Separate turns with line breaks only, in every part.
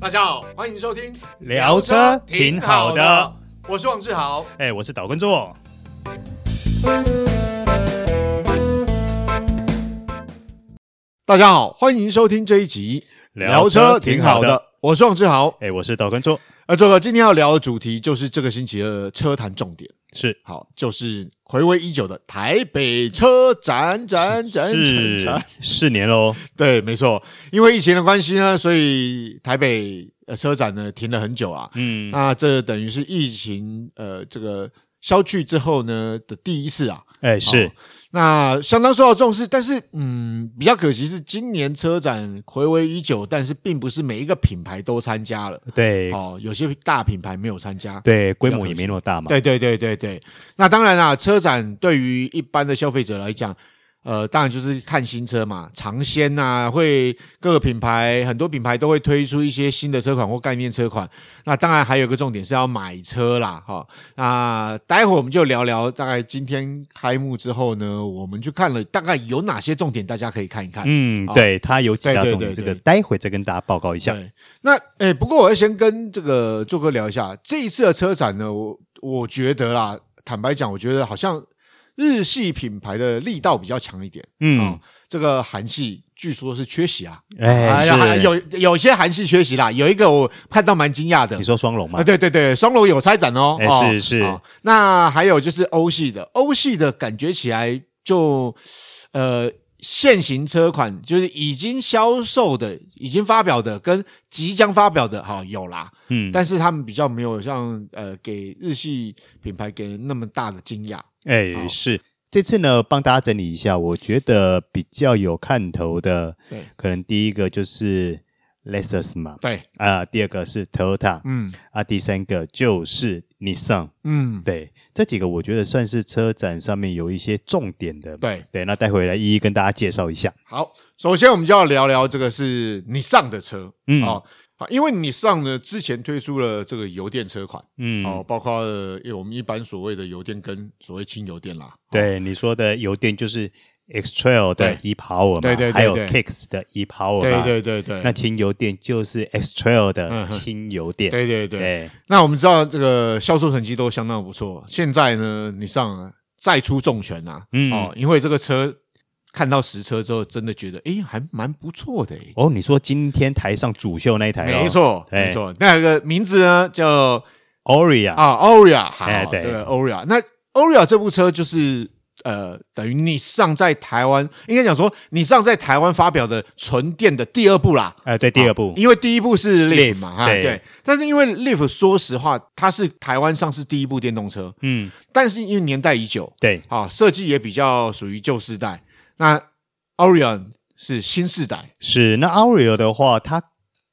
大家好，欢迎收听
聊车挺好的，
我是王志豪。
哎、我是岛根座。
大家好，欢迎收听这一集
聊车挺好的，
我是王志豪。
哎、我是岛根座，
呃，这个今天要聊的主题就是这个星期的车坛重点，
是
好，就是回味已久的台北车展展展展
是
展。
四年喽，
对，没错，因为疫情的关系呢，所以台北呃车展呢停了很久啊。
嗯，
那这等于是疫情呃这个消去之后呢的第一次啊，
哎、是
哦那相当受到重视，但是嗯，比较可惜是今年车展回味已久，但是并不是每一个品牌都参加了
对、
哦，有些大品牌没有参加。
对，规模也没那么大嘛，
对对对对对，那当然啦，车展对于一般的消费者来讲，呃，当然就是看新车嘛，尝鲜呐、会各个品牌很多品牌都会推出一些新的车款或概念车款。那当然还有一个重点是要买车啦，哈、那待会我们就聊聊，大概今天开幕之后呢，我们去看了大概有哪些重点，大家可以看一看。
嗯，
哦
对，它有几大
对对
重点，
对
这
对
个待会再跟大家报告一下。
对，那诶、不过我要先跟这个做哥聊一下，这一次的车展呢，我我觉得啦，坦白讲，我觉得好像日系品牌的力道比较强一点，
嗯，
这个韩系据说是缺席啊，
哎、
哎
是、
呀，有有些韩系缺席啦，有一个我看到蛮惊讶的
你。说双龙嘛
啊，？对对对，双龙有拆展哦，
哎
哦
是是
哦那还有就是欧系的，欧系的感觉起来就呃现行车款就是已经销售的、已经发表的跟即将发表的，好、有啦，
嗯，
但是他们比较没有像呃给日系品牌给人那么大的惊讶，
哎、
好
是这次呢，帮大家整理一下，我觉得比较有看头的
对，
可能第一个就是 Lexus 嘛，
对，
啊、第二个是 Toyota，
嗯
啊，第三个就是 Nissan。
嗯，
对，这几个我觉得算是车展上面有一些重点的。
对
对，那待会来一一跟大家介绍一下。
好，首先我们就要聊聊这个是你上的车，
嗯
哦。好因为你上呢之前推出了这个油电车款，
嗯，
哦，包括呃我们一般所谓的油电跟所谓轻油电啦。
对，你说的油电就是 X Trail 的
对
E Power 嘛，
对对对
还有
对
Kicks 的 E Power
对
嘛。
对对对，
那轻油电就是 X
嗯
Trail 的
哼
轻油电。
对对对。
对
那我们知道这个销售成绩都相当不错，现在呢，你上再出重拳啊，
嗯
哦，因为这个车看到实车之后，真的觉得诶还蛮不错的诶。
哦，你说今天台上主秀那一台、哦，
没错，
对
没错。那个名字呢叫
，Oria，、
啊 Oria，好
哎，对
这个 Oria。那 Oria 这部车就是呃，等于你上在台湾，应该讲说你上在台湾发表的纯电的第二部啦。
呃，对，第二部，
因为哦第一部是 Live
Leaf，
嘛，哈，
对
对。但是因为 Live，说实话，它是台湾上市第一部电动车，
嗯，
但是因为年代已久，
对，
啊，设计也比较属于旧世代。那 Orion 是新世代，
是。那 Oria 的话，它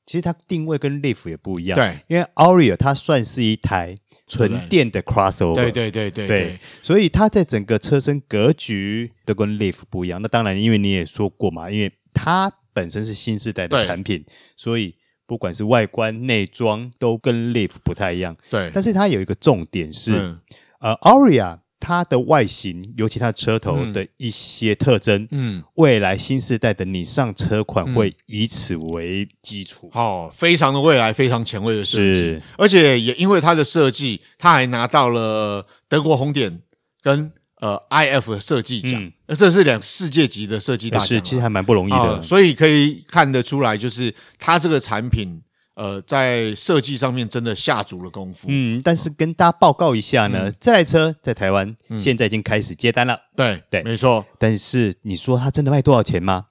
其实它定位跟 Leaf 也不一样，
对，
因为 Oria 它算是一台纯电的 crossover，
对对对对对，
所以它在整个车身格局都跟 Leaf 不一样。那当然，因为你也说过嘛，因为它本身是新时代的
对
产品，所以不管是外观、内装都跟 Leaf 不太一样。
对，
但是它有一个重点是，
嗯
呃，Aria 它的外形，尤其它车头
嗯
的一些特征，
嗯，
未来新时代的你上车款
嗯
会以此为基础。
哦，非常的未来，非常前卫的设计
是，
而且也因为它的设计，它还拿到了德国红点跟呃 IF 的设计奖
嗯，呃
呃这是两世界级的设计大奖
但是
啊。
其实还蛮不容易
啊，
的。
所以可以看得出来，就是它这个产品，呃，在设计上面真的下足了功夫。
嗯，但是跟大家报告一下呢，
嗯
这台车在台湾现在已经开始接单了。
对
对
没错，
但是你说它真的卖多少 钱吗？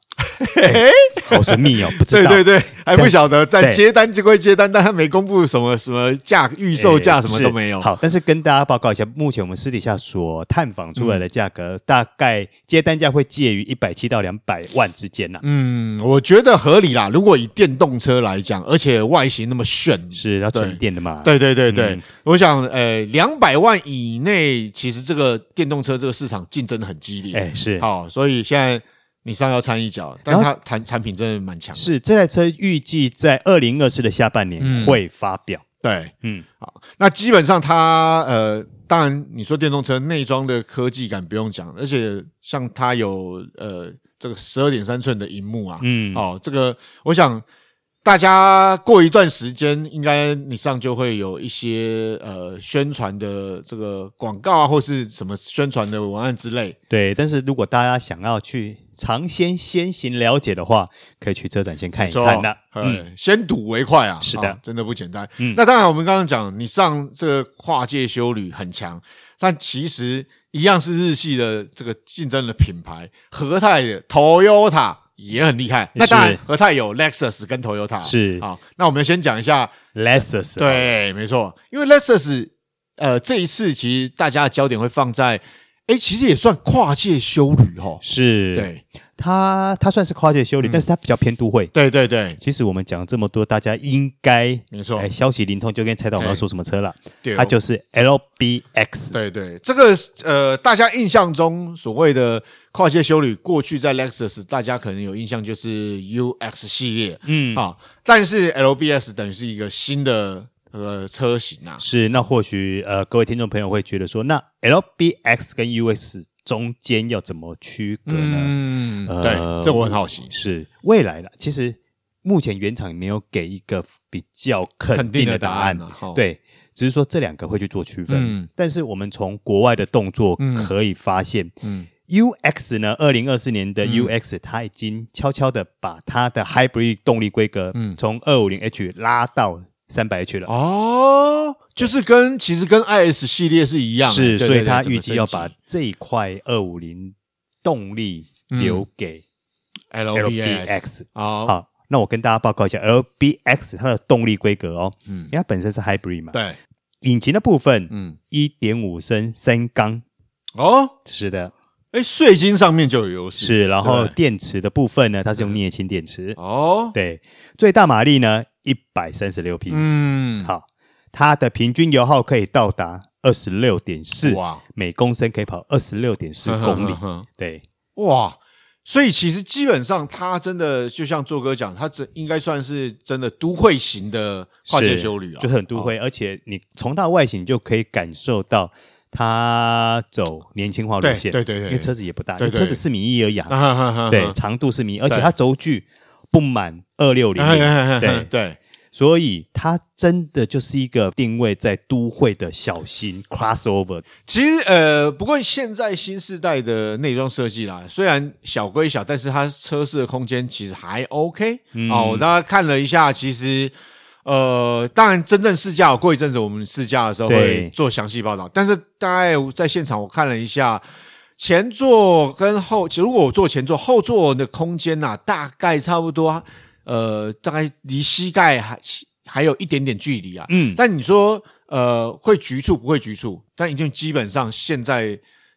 哎好神秘哦，不知
对
道。
对对，还不晓得，但
对
接单归接单，但它没公布什么什么价、预售价，
哎
什么都没有。
是好，但是跟大家报告一下，目前我们私底下所探访出来的价格，大概接单价会介于一百七到两百万之间呐、
嗯，我觉得合理啦。如果以电动车来讲，而且外形那么炫，
是要
对
纯电的嘛？
对对对对，
嗯
我想，呃，两百万以内，其实这个电动车这个市场竞争得很激烈。
哎，是
好，所以现在你上要掺一脚，但是它产产品真的蛮强的。
是，这台车预计在二零二四的下半
嗯
年会发表。
对，
嗯，
那基本上它呃，当然你说电动车内装的科技感不用讲，而且像它有呃这个十二点三寸的荧幕啊，
嗯
哦，这个我想大家过一段时间，应该你上就会有一些呃宣传的这个广告啊，或是什么宣传的文案之类。
对，但是如果大家想要去尝鲜先行了解的话，可以去车展先看一看的。嗯，
嗯，先睹为快啊！
是的
啊真的不简单。
嗯
那当然，我们刚刚讲，你上这个跨界修旅很强，但其实一样是日系的这个竞争的品牌，和泰的 Toyota 也很厉害。那当然
是，
和泰有 Lexus 跟 Toyota
是
好。那我们先讲一下，
Lexus
啊
啊
对，没错，因为 Lexus 呃这一次其实大家的焦点会放在，哎，其实也算跨界修旅哦。
是，
对，嗯
它它算是跨界修理，但是它比较偏都会。
对对对，
其实我们讲这么多，大家应该
没错哎
哎，消息灵通就跟猜到我们要说什么车了，
对哦
它就是 LBX。
对对，这个呃，大家印象中所谓的跨界修旅，过去在 Lexus 大家可能有印象就是 UX 系列
嗯，
啊，但是 LBS 等于是一个新的呃车型啊。
是。那或许呃，各位听众朋友会觉得说，那 LBX 跟 US 中间要怎么区隔呢？
嗯
呃
对，这我很好奇。
是未来的，其实目前原厂没有给一个比较肯
肯定
的
的
答
答
案
案啊齁
对，只是说这两个会去做区分。
嗯
但是我们从国外的动作
嗯
可以发现，
嗯
UX 呢，二零二四年的
嗯
UX 它已经悄悄的把它的 Hybrid 动力规格
嗯
从二五零 H 拉到三百 H 了。
哦，就是跟其实跟 IS 系列是一样的，
是，
欸对
所以
对对
它
整个
预计
升
要
级
把这一块二五零动力
嗯
留给
LBS
LBX。
啊，
好，那我跟大家报告一下 LBX 它的动力规格哦，
嗯
因为它本身是 Hybrid 嘛，
对，
引擎的部分
嗯，
一点五升三缸，
哦，
是的，
哎，税金上面就有优势，
是，然后
对嗯
电池的部分呢，它是用镍氢电池，
哦，
对，最大马力呢一百三十六匹，
嗯，
好，它的平均油耗可以到达二十六点四，
哇，
每公升可以跑二十六点四公里，
里，
对，
哇！所以其实基本上，它真的就像做哥讲，它这应该算是真的都会型的跨界
是
修旅啊，
就是很都
哦。
会，而且你从它的外形就可以感受到它走年轻化路
对
线，
对对对
因为车子也不大，
对
因为
对
车子四米一而已啊，
啊哈哈 哈，
对，长度四米，而且
对
它轴距不满二六零
哎哎哎哎
零，对，
对
所以它真的就是一个定位在都会的小型 crossover，
其实呃，不过现在新时代的内装设计啦，虽然小归小，但是它车室的空间其实还 OK、哦。
嗯
我大概看了一下，其实呃，当然真正试驾，过一阵子我们试驾的时候
对
会做详细报道。但是大概在现场我看了一下，前座跟后，如果我坐前座，后座的空间呐、大概差不多，呃，大概离膝盖还还有一点点距离啊。
嗯，
但你说呃会局促不会局促？但一定基本上现在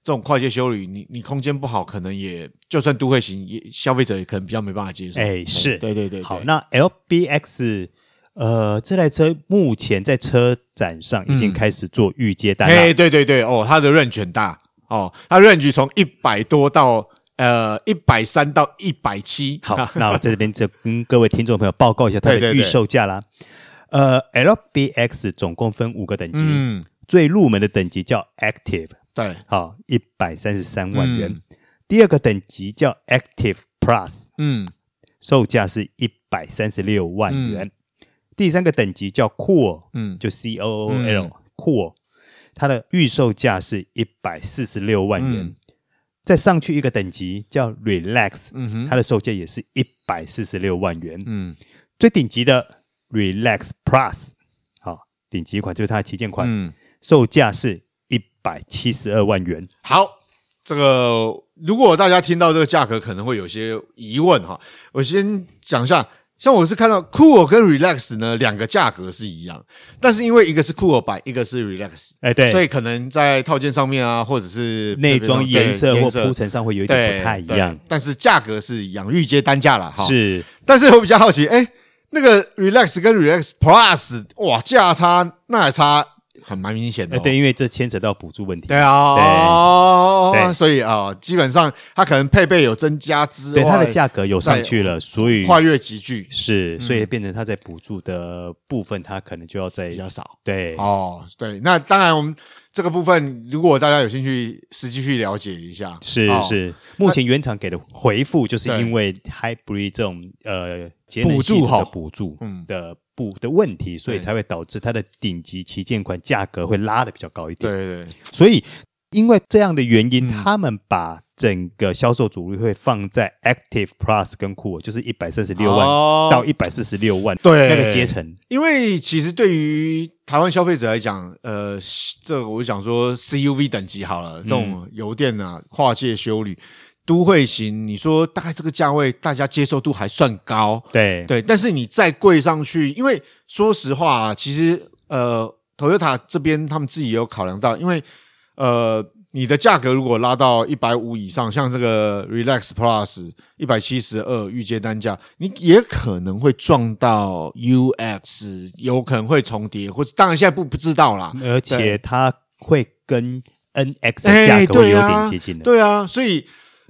这种跨界修理，你你空间不好，可能也就算都会型，也消费者也可能比较没办法接受。
哎是
对对对对
好，那 LBX。呃，这台车目前在车展上已经
嗯
开始做预接单了，
哎对对对哦，它的 range 很大哦，它 range 从一百多到呃一百三到一百七。
好， 那我在这边就跟各位听众朋友报告一下它
对
的
对
预
对
售价啦。呃，LBX 总共分五个等级，
嗯，
最入门的等级叫 Active，
对，
好，一百三十三万元。
嗯
第二个等级叫 Active Plus，
嗯
售价是一百三十六万元。第三个等级叫 Cool，
嗯，
就 C O O L、
嗯
Cool，它的预售价是一百四十六万元。
嗯
再上去一个等级叫 Relax，
嗯哼，
它的售价也是一百四十六万元。
嗯
最顶级的 Relax Plus，好，顶级款就是它的旗舰款，
嗯，
售价是一百七十二万元。
好，这个如果大家听到这个价格，可能会有些疑问哈。我先讲一下，像我是看到 Cool 跟 Relax 呢两个价格是一样，但是因为一个是 Cool 版，一个是 Relax，
哎，对，
所以可能在套件上面啊，或者是
内装颜色或铺
层
陈上会有一点不太一，
对
样。
但是价格是一样，预接单价了哈。，
是，
但是我比较好奇，哎，那个 Relax 跟 Relax Plus，哇，价差那还差很蛮明显的、
呃，
哦。
对，因为这牵扯到补助问题。
对啊，哦，
对
所以啊、哦基本上它可能配备有增加之外，
对，它的价格有上去了，所以
跨越集聚
是，所以变成它在补助的部分，它可能就要在
比较少。
对，
哦，对，那当然我们这个部分，如果大家有兴趣，实际去了解一下。
是
哦
是。目前原厂给的回复，就是
对
因为 Hybrid 这种呃节能
补助
系统的
吼
补助
嗯
的补的问题，所以
对
才会导致它的顶级旗舰款价格会拉的比较高一点
对。对对，
所以因为这样的原因，
嗯
他们把整个销售主力会放在 Active Plus 跟酷，就是一百三十六万
哦
到一百四十六万
对
那个阶层。
因为其实对于台湾消费者来讲，呃，这个我就想说 CUV 等级好了，这种油电啊，跨界修旅、都会型，你说大概这个价位，大家接受度还算高。
对
对，但是你再贵上去，因为说实话、啊，其实呃，Toyota 这边他们自己也有考量到，因为呃，你的价格如果拉到一百五以上，像这个 Relax Plus 一百七十二预接单价，你也可能会撞到 UX，有可能会重叠，或者当然现在不不知道啦。
而且它会跟 NX 的
哎
价格会
对
有
啊
点接近的。
对啊，所以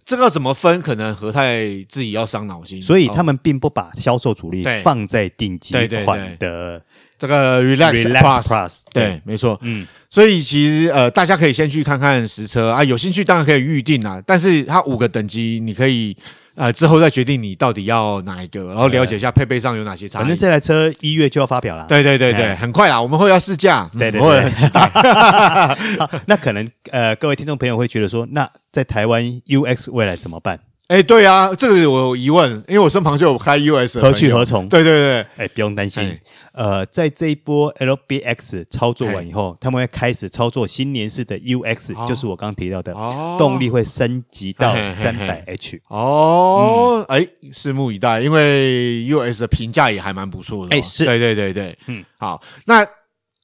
这个要怎么分，可能和泰自己要伤脑筋。
所以
哦
他们并不把销售主力
对
放在顶级
对对对
款的
哦这个 Relax
Relax
Plus。
Plus，
对，，没错，
嗯，
所以其实呃，大家可以先去看看实车啊，有兴趣当然可以预定啦。但是它五个等级，你可以呃之后再决定你到底要哪一个，然后了解一下配备上有哪些差异。
反正这台车一月就要发表了。
对对对对，
哎
很快啦，我们会要试驾，嗯
对对
我
对
也很期待。
好那可能呃，各位听众朋友会觉得说，那在台湾 UX 未来怎么办？
哎，对啊，这个我有疑问，因为我身旁就有开 US 的
何去
朋友
何从？
对对对，
哎，不用担心
哎。
呃，在这一波 LBX 操作完以后，他们会开始操作新年式的 UX，、
哎哦
就是我刚提到的、
哦
动力会升级到
嘿嘿
三
嘿
百 H。
哦，
嗯
哎、拭目以待，因为 US 的评价也还蛮不错的嘛。
哎是
对对对对，
嗯
嗯，好，那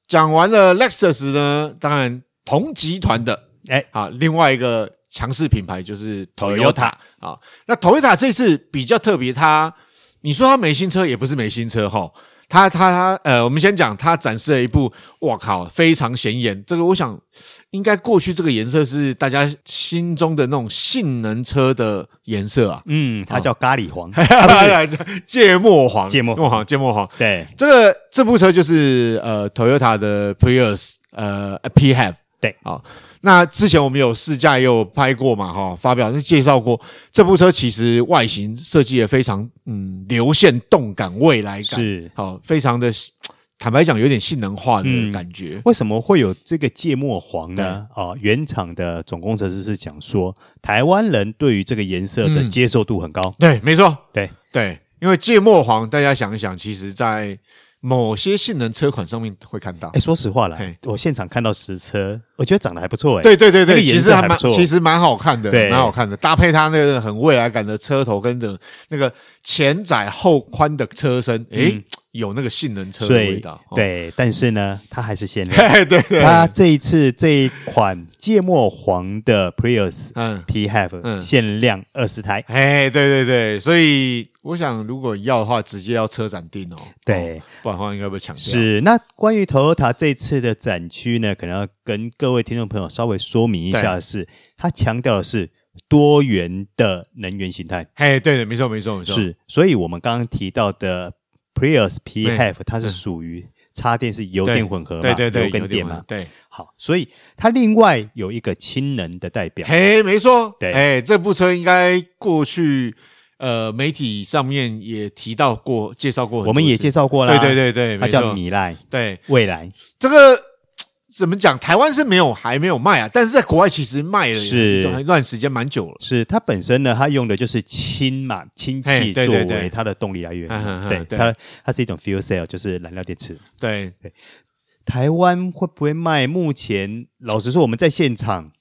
讲完了 Lexus 呢，当然同集团的，
哎
好，另外一个强势品牌就是
Toyota
Toyota 啊。那 Toyota 这次比较特别，它你说它没新车也不是没新车哈。它它它呃，我们先讲，它展示了一部，我靠，非常显眼。这个我想应该过去这个颜色是大家心中的那种性能车的颜色 啊，
嗯，它叫咖喱黄。
芥末黄，
芥末黄
黄，芥末黄。
对
这个这部车就是呃 Toyota 的 Prius 呃 p h a v
对，
好、那之前我们有试驾也有拍过嘛，哈、发表就介绍过这部车，其实外形设计的非常嗯流线动感、未来感，
是。
好、非常的坦白讲有点性能化
嗯
的感觉，
为什么会有这个芥末黄呢？哦，原厂的总工程师是讲说，台湾人对于这个颜色的
嗯
接受度很高。
对，没错，
对
对，因为芥末黄，大家想一想，其实在某些性能车款上面会看到
哎、，说实话啦
嘿，
我现场看到实车，我觉得长得还不错哎、
对对对
那
对，
个颜
其
色
实还
还
蛮
不错
其实蛮好看的
对，
蛮好看的，搭配它那个很未来感的车头跟的那个前窄后宽的车身，诶，有那个性能车的
嗯所以
味道。哦，
对，但是呢，它还是限量。
嘿 对 对，
它这一次这一款芥末黄的 Prius
嗯，
P Have
嗯
限量二十台，
哎，对对对，所以我想如果要的话，直接要车展定哦，
对
哦，不然的话应该被抢掉。
是。那关于 Toyota 这次的展区呢，可能要跟各位听众朋友稍微说明一下的是，它强调的是多元的能源形态，
嘿，对对，没错没错没错，
是。所以我们刚刚提到的 Prius P
对
Have，它是属于插电是油
对
电混合嘛，
对对对，
油跟
有
电
混
嘛。
对，
好，所以它另外有一个氢能的代表，
嘿，没错，
对
哎，这部车应该过去呃媒体上面也提到过，介绍过很多次，
我们也介绍过啦，
对对对对，
它
没
叫
错，
米莱
对
未来，
这个嘖怎么讲？台湾是没有还没有卖啊，但是在国外其实卖了
是
一段一段时间蛮久了。
是它本身呢，它用的就是氢嘛，氢气
嘿对
作
对
为
对
它的动力来源
嗯嗯嗯，
对
对
它它是一种 fuel cell，就是燃料电池。
对，
台湾会不会卖？目前老实说，我们在现场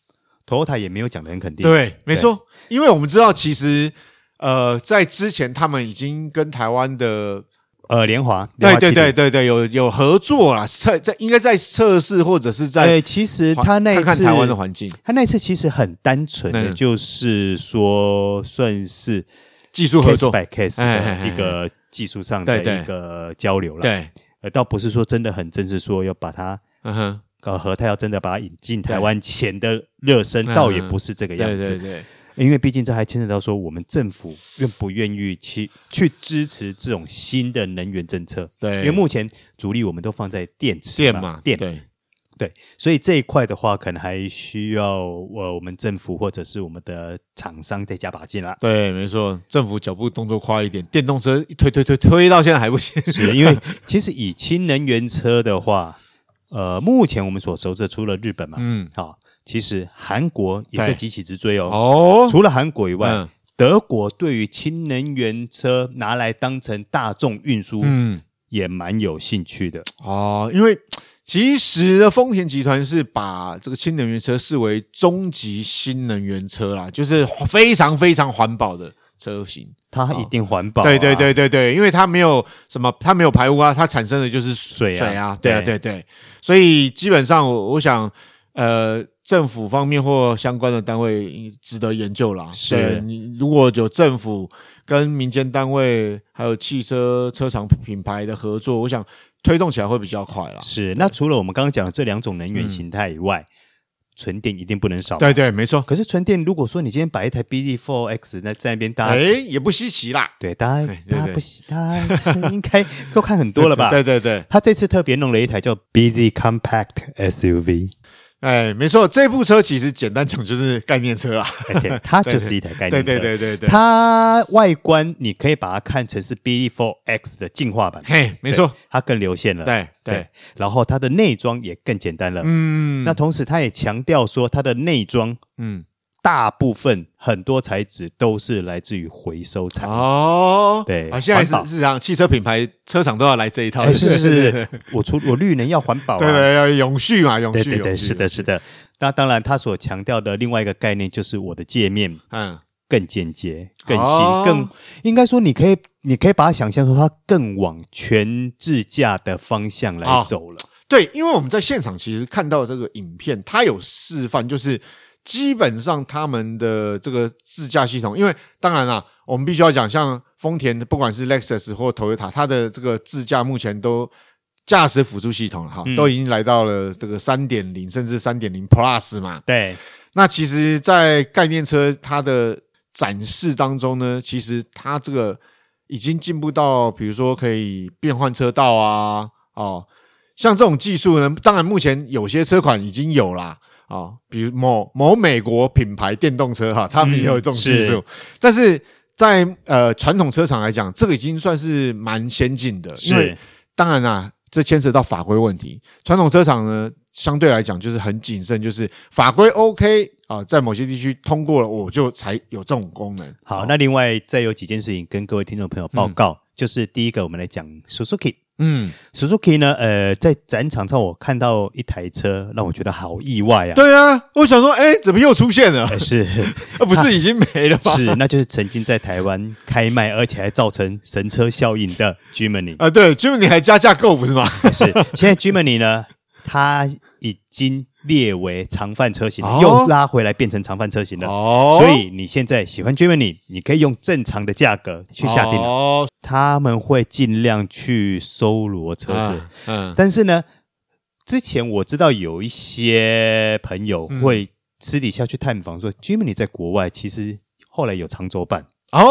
，Toyota 也没有讲的很肯定。
对，没错，因为我们知道其实呃，在之前他们已经跟台湾的
呃，联华，
对
联华
对
汽
对
笛，
对对有有合作啦，测在应该在测试或者是在
呃，其实它那一
看
次
看台湾的环境
他那次其实很单纯的，
嗯
就是说算是
技术合
case
作。
by case
哎哎
的
哎
一个技术上的
对对
一个交流了。
对，
呃，倒不是说真的很正式说要把它
嗯哼，
呃，和泰要真的把它引进台湾前的热身，
嗯
倒也不是这个样
对对
子。
对，
因为毕竟这还牵扯到说，我们政府愿不愿意去去支持这种新的能源政策？
对
因为目前主力我们都放在电池
电嘛，
电
对
对，所以这一块的话，可能还需要呃我们政府或者是我们的厂商再加把 劲啦。
对，没错，政府脚步动作快一点，电动车一推推推推到现在还不行，
是因为其实以氢能源车的话，呃，目前我们所熟知的除了日本 嘛，
嗯，
好、其实韩国也在
对
急起直追哦。
哦，
除了韩国以外，
嗯
德国对于氢能源车拿来当成大众运输
嗯，
也蛮有兴趣的。
哦，因为其实呢丰田集团是把这个氢能源车视为终极新能源车啦，就是非常非常环保的车型。
它一定环保、啊
对对，对对对，因为它没有什么，它没有排污啊，它产生的就是
水啊
水啊，对啊
对
对对，所以基本上我我想，呃，政府方面或相关的单位值得研究啦。
是
对你如果有政府跟民间单位还有汽车车厂品牌的合作，我想推动起来会比较快啦。
是。那除了我们刚刚讲的这两种能源形态以外，纯电一定不能少。
嗯对。对，没错，
可是纯电，如果说你今天摆一台 BD4X 那在那边，大家、
哎，也不稀奇啦，
对大家
哎对
大家
对
不喜，大家应该都看很多了吧？
对对对，
他这次特别弄了一台叫 BZ Compact SUV，
哎，没错，这部车其实简单讲就是概念车啦。
哎对它就是一台 概
对
念车。
对对对对，
它外观你可以把它看成是 BD4X 的进化版，
嘿，没错
对，，它更流线了。
对对。
然后它的内装也更简单了。
嗯，
那同时，它也强调说，它的内装
嗯，
大部分很多材质都是来自于回收材。
哦，
对
啊，现在
环保
是是让汽车品牌车厂都要来这一套，
哎，是是是，我除我绿能要环保啊。
对对，要永续嘛，永
对
续，
对对，
永续
是的，，是的。那当然，它所强调的另外一个概念就是我的界面
嗯，
更简洁、更新、
哦
更应该说，你可以你可以把它想象说，它更往全自驾的方向来
哦
走了。
对，因为我们在现场其实看到这个影片，它有示范，就是基本上他们的这个自驾系统，因为当然啦，我们必须要讲，像丰田不管是 Lexus 或 Toyota，它的这个自驾目前都驾驶辅助系统了哈，
嗯
都已经来到了这个三点零甚至三点零 Plus 嘛，
对，
那其实，在概念车它的展示当中呢，其实它这个已经进步到，比如说可以变换车道啊，哦，像这种技术呢，当然目前有些车款已经有啦。哦，比如某某美国品牌电动车哈，他们也有这种技术，
是
但是在呃传统车厂来讲，这个已经算是蛮先进的，因为
是哦
当然啦、这牵扯到法规问题。传统车厂呢，相对来讲就是很谨慎，就是法规 OK 啊、在某些地区通过了，我就才有这种功能。
好。
哦
那另外再有几件事情跟各位听众朋友报告，就是第一个，我们来讲 Suzuki。
嗯，
Suzuki 呢，呃，在展场上我看到一台车，让我觉得好意外啊。
对啊，我想说，哎，怎么又出现了？
呃，是
啊、不是已经没了吗？
是，那就是曾经在台湾开卖，而且还造成神车效应的 Germany。
啊，对，就是你还加价购不是吗？
是，现在 Germany 呢，它已经列为常贩车型，
哦
又拉回来变成常贩车型了。
哦
所以你现在喜欢 Germany，你可以用正常的价格去下定了。
哦，
他们会尽量去搜罗车子，
啊嗯，
但是呢，之前我知道有一些朋友
嗯
会私底下去探访说、g e r m a n y 在国外其实后来有长轴版，
哦，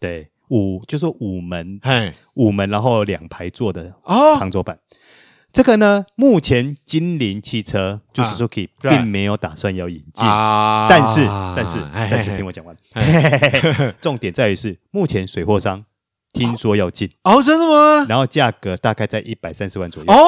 对，五就说五门
嘿，
五门，然后两排座的
哦，
长轴版。这个呢，目前金陵汽车就
啊
Suzuki、
对
并没有打算要引进，
啊哎
但是、但是但是听
我，
我讲完，
哎
重点在于是目前水货商听说要进，
哦，真的吗？
然后价格大概在一百三十万左右。
哦，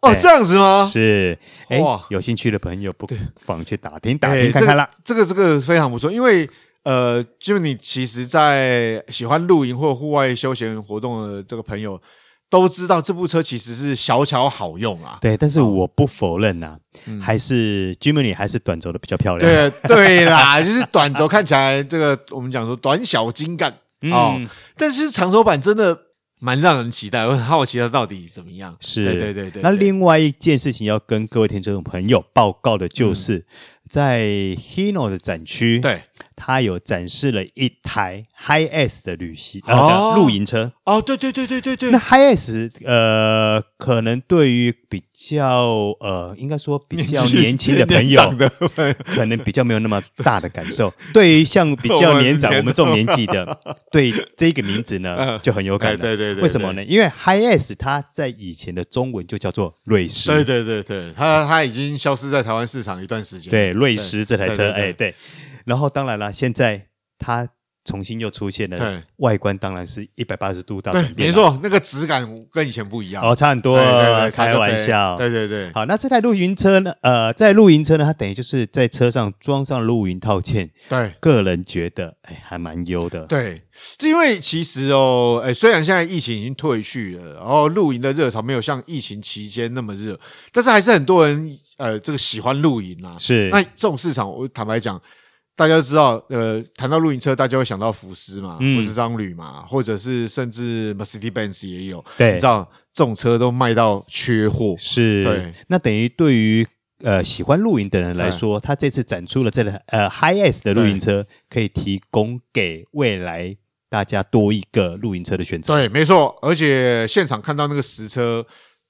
哎
哦，这样子吗？
是，哎
哇，
有兴趣的朋友不妨去打听打
哎
听看看啦。
这个这个非常不错，因为呃，就你其实，在喜欢露营或户外休闲活动的这个朋友，都知道这部车其实是小巧好用啊。
对，但是我不否认呐、
嗯
还是 Germany 还是短轴的比较漂亮。
对对啦，就是短轴看起来这个我们讲说短小精干哦，
嗯
但是长轴版真的蛮让人期待，我很好奇它到底怎么样。
是，
对对对对。
那
对
另外一件事情要跟各位听众朋友报告的就是，在 Hino 的展区，
嗯对
它有展示了一台 Hi S 的旅行
哦
呃的露营车。
哦，对对对对对对
那，Hi S 呃，可能对于比较呃，应该说比较年轻的朋
年
友，
长的朋友
可能比较没有那么大的感 受。对于像比较年长
我
我
们
们这种年纪的，对这个名字呢
嗯
就很有感了。
对对对对
为什么呢？因为 Hi S 它在以前的中文就叫做瑞士。
对对对对，他他已经消失在台湾市场一段时间。
对，瑞士这台
对对
车，
对
哎，对。然后当然了，现在它重新又出现
对
了，外观当然是一百八十度大
对
转，变，
没，错，那个质感跟以前不一样。
哦，差很多
对，对对，差
开
就
玩
这
笑。
对对对，
好，那这台露营车呢？呃，在露营车呢，它等于就是在车上装上露营套件，
对
个人觉得哎还蛮优的。
对，是因为其实哦，哎，虽然现在疫情已经退去了，然后露营的热潮没有像疫情期间那么热，但是还是很多人呃，这个喜欢露营啊。
是，
那这种市场，我坦白讲，大家都知道，呃，谈到露营车，大家会想到福斯嘛，
嗯
福斯商旅嘛，或者是甚至 Mercedes Benz 也有，你
对
知，道这种车都卖到缺货。对
是，那等于对于呃喜欢露营的人来说，他这次展出了这台呃 Hi S 的露营车，可以提供给未来大家多一个露营车的选择。
对，没错，而且现场看到那个实车。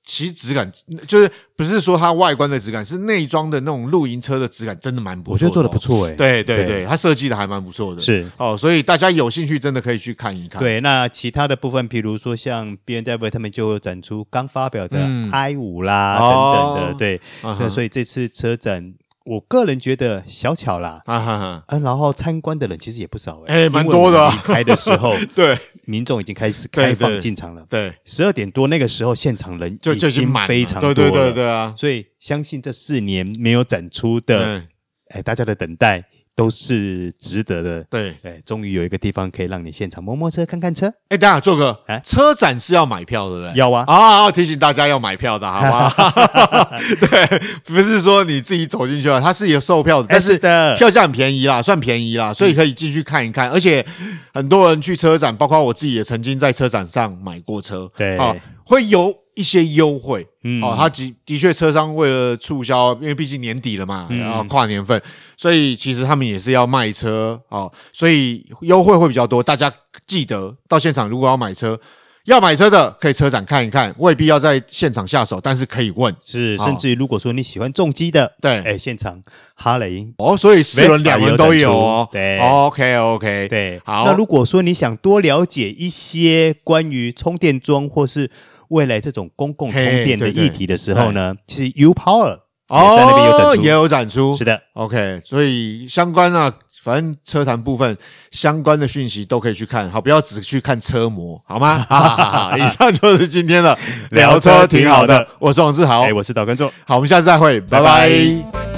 其实质感就是不是说它外观的质感，是内装的那种露营车的质感，真的蛮不错、
我觉得做的不。错哎、
对对
对
对，它设计的还蛮不错的。
是。
哦，所以大家有兴趣真的可以去看一看。
对，那其他的部分，比如说像 B N W 他们就有展出刚发表的
嗯
i 五啦、
哦
等等的，对，
啊哈，
那所以这次车展，我个人觉得小巧啦，
啊哈哈，
啊，然后参观的人其实也不少哎、
哎
因为
蛮多的啊
我们离开的时候，
对
民众已经开始
对对
开放进场了。
对，
十二点多那个时候，现场人
就就已经
经
满了
非常多
对对对
了
对啊，
所以相信这四年没有展出的，
对
哎，大家的等待都是值得的。
对。
哎，终于有一个地方可以让你现场摸摸车、看看车，
哎，等一下做个
哎
车展是要买票，对不对？
要啊，
啊，要提醒大家要买票的，好吧？ 对，不是说你自己走进去了，啊它是有售票的，但
哎
是
的，
票价很便宜啦，算便宜啦，所以可以进去看一看。而且很多人去车展，包括我自己也曾经在车展上买过车，
对
啊，会有一些优惠。
嗯
哦，它的的确车商为了促销，因为毕竟年底了嘛，
嗯
然后跨年份，所以其实他们也是要卖车哦，所以优惠会比较多。大家记得到现场如果要买车，要买车的可以车展看一看，未必要在现场下手，但是可以问。
是，
好
甚至于如果说你喜欢重机的，
对，
哎，现场哈雷，
哦，所以四轮两轮都有哦。
Vespa 也有展出对
，OK OK，
对，
好
那如果说你想多了解一些关于充电桩或是未来这种公共充电的
嘿对对
议题的时候呢，其实 U Power
哦，
也在那边有展出
也有展出。
是的，
OK，所以相关啊，反正车坛部分相关的讯息都可以去看，好，不要只去看车模，好吗？ 哈哈哈哈以上就是今天的聊
聊车
车，挺
挺
好
好的
的。我是王志豪
哎，，我是导观众。
好，我们下次再会，拜
拜
拜
拜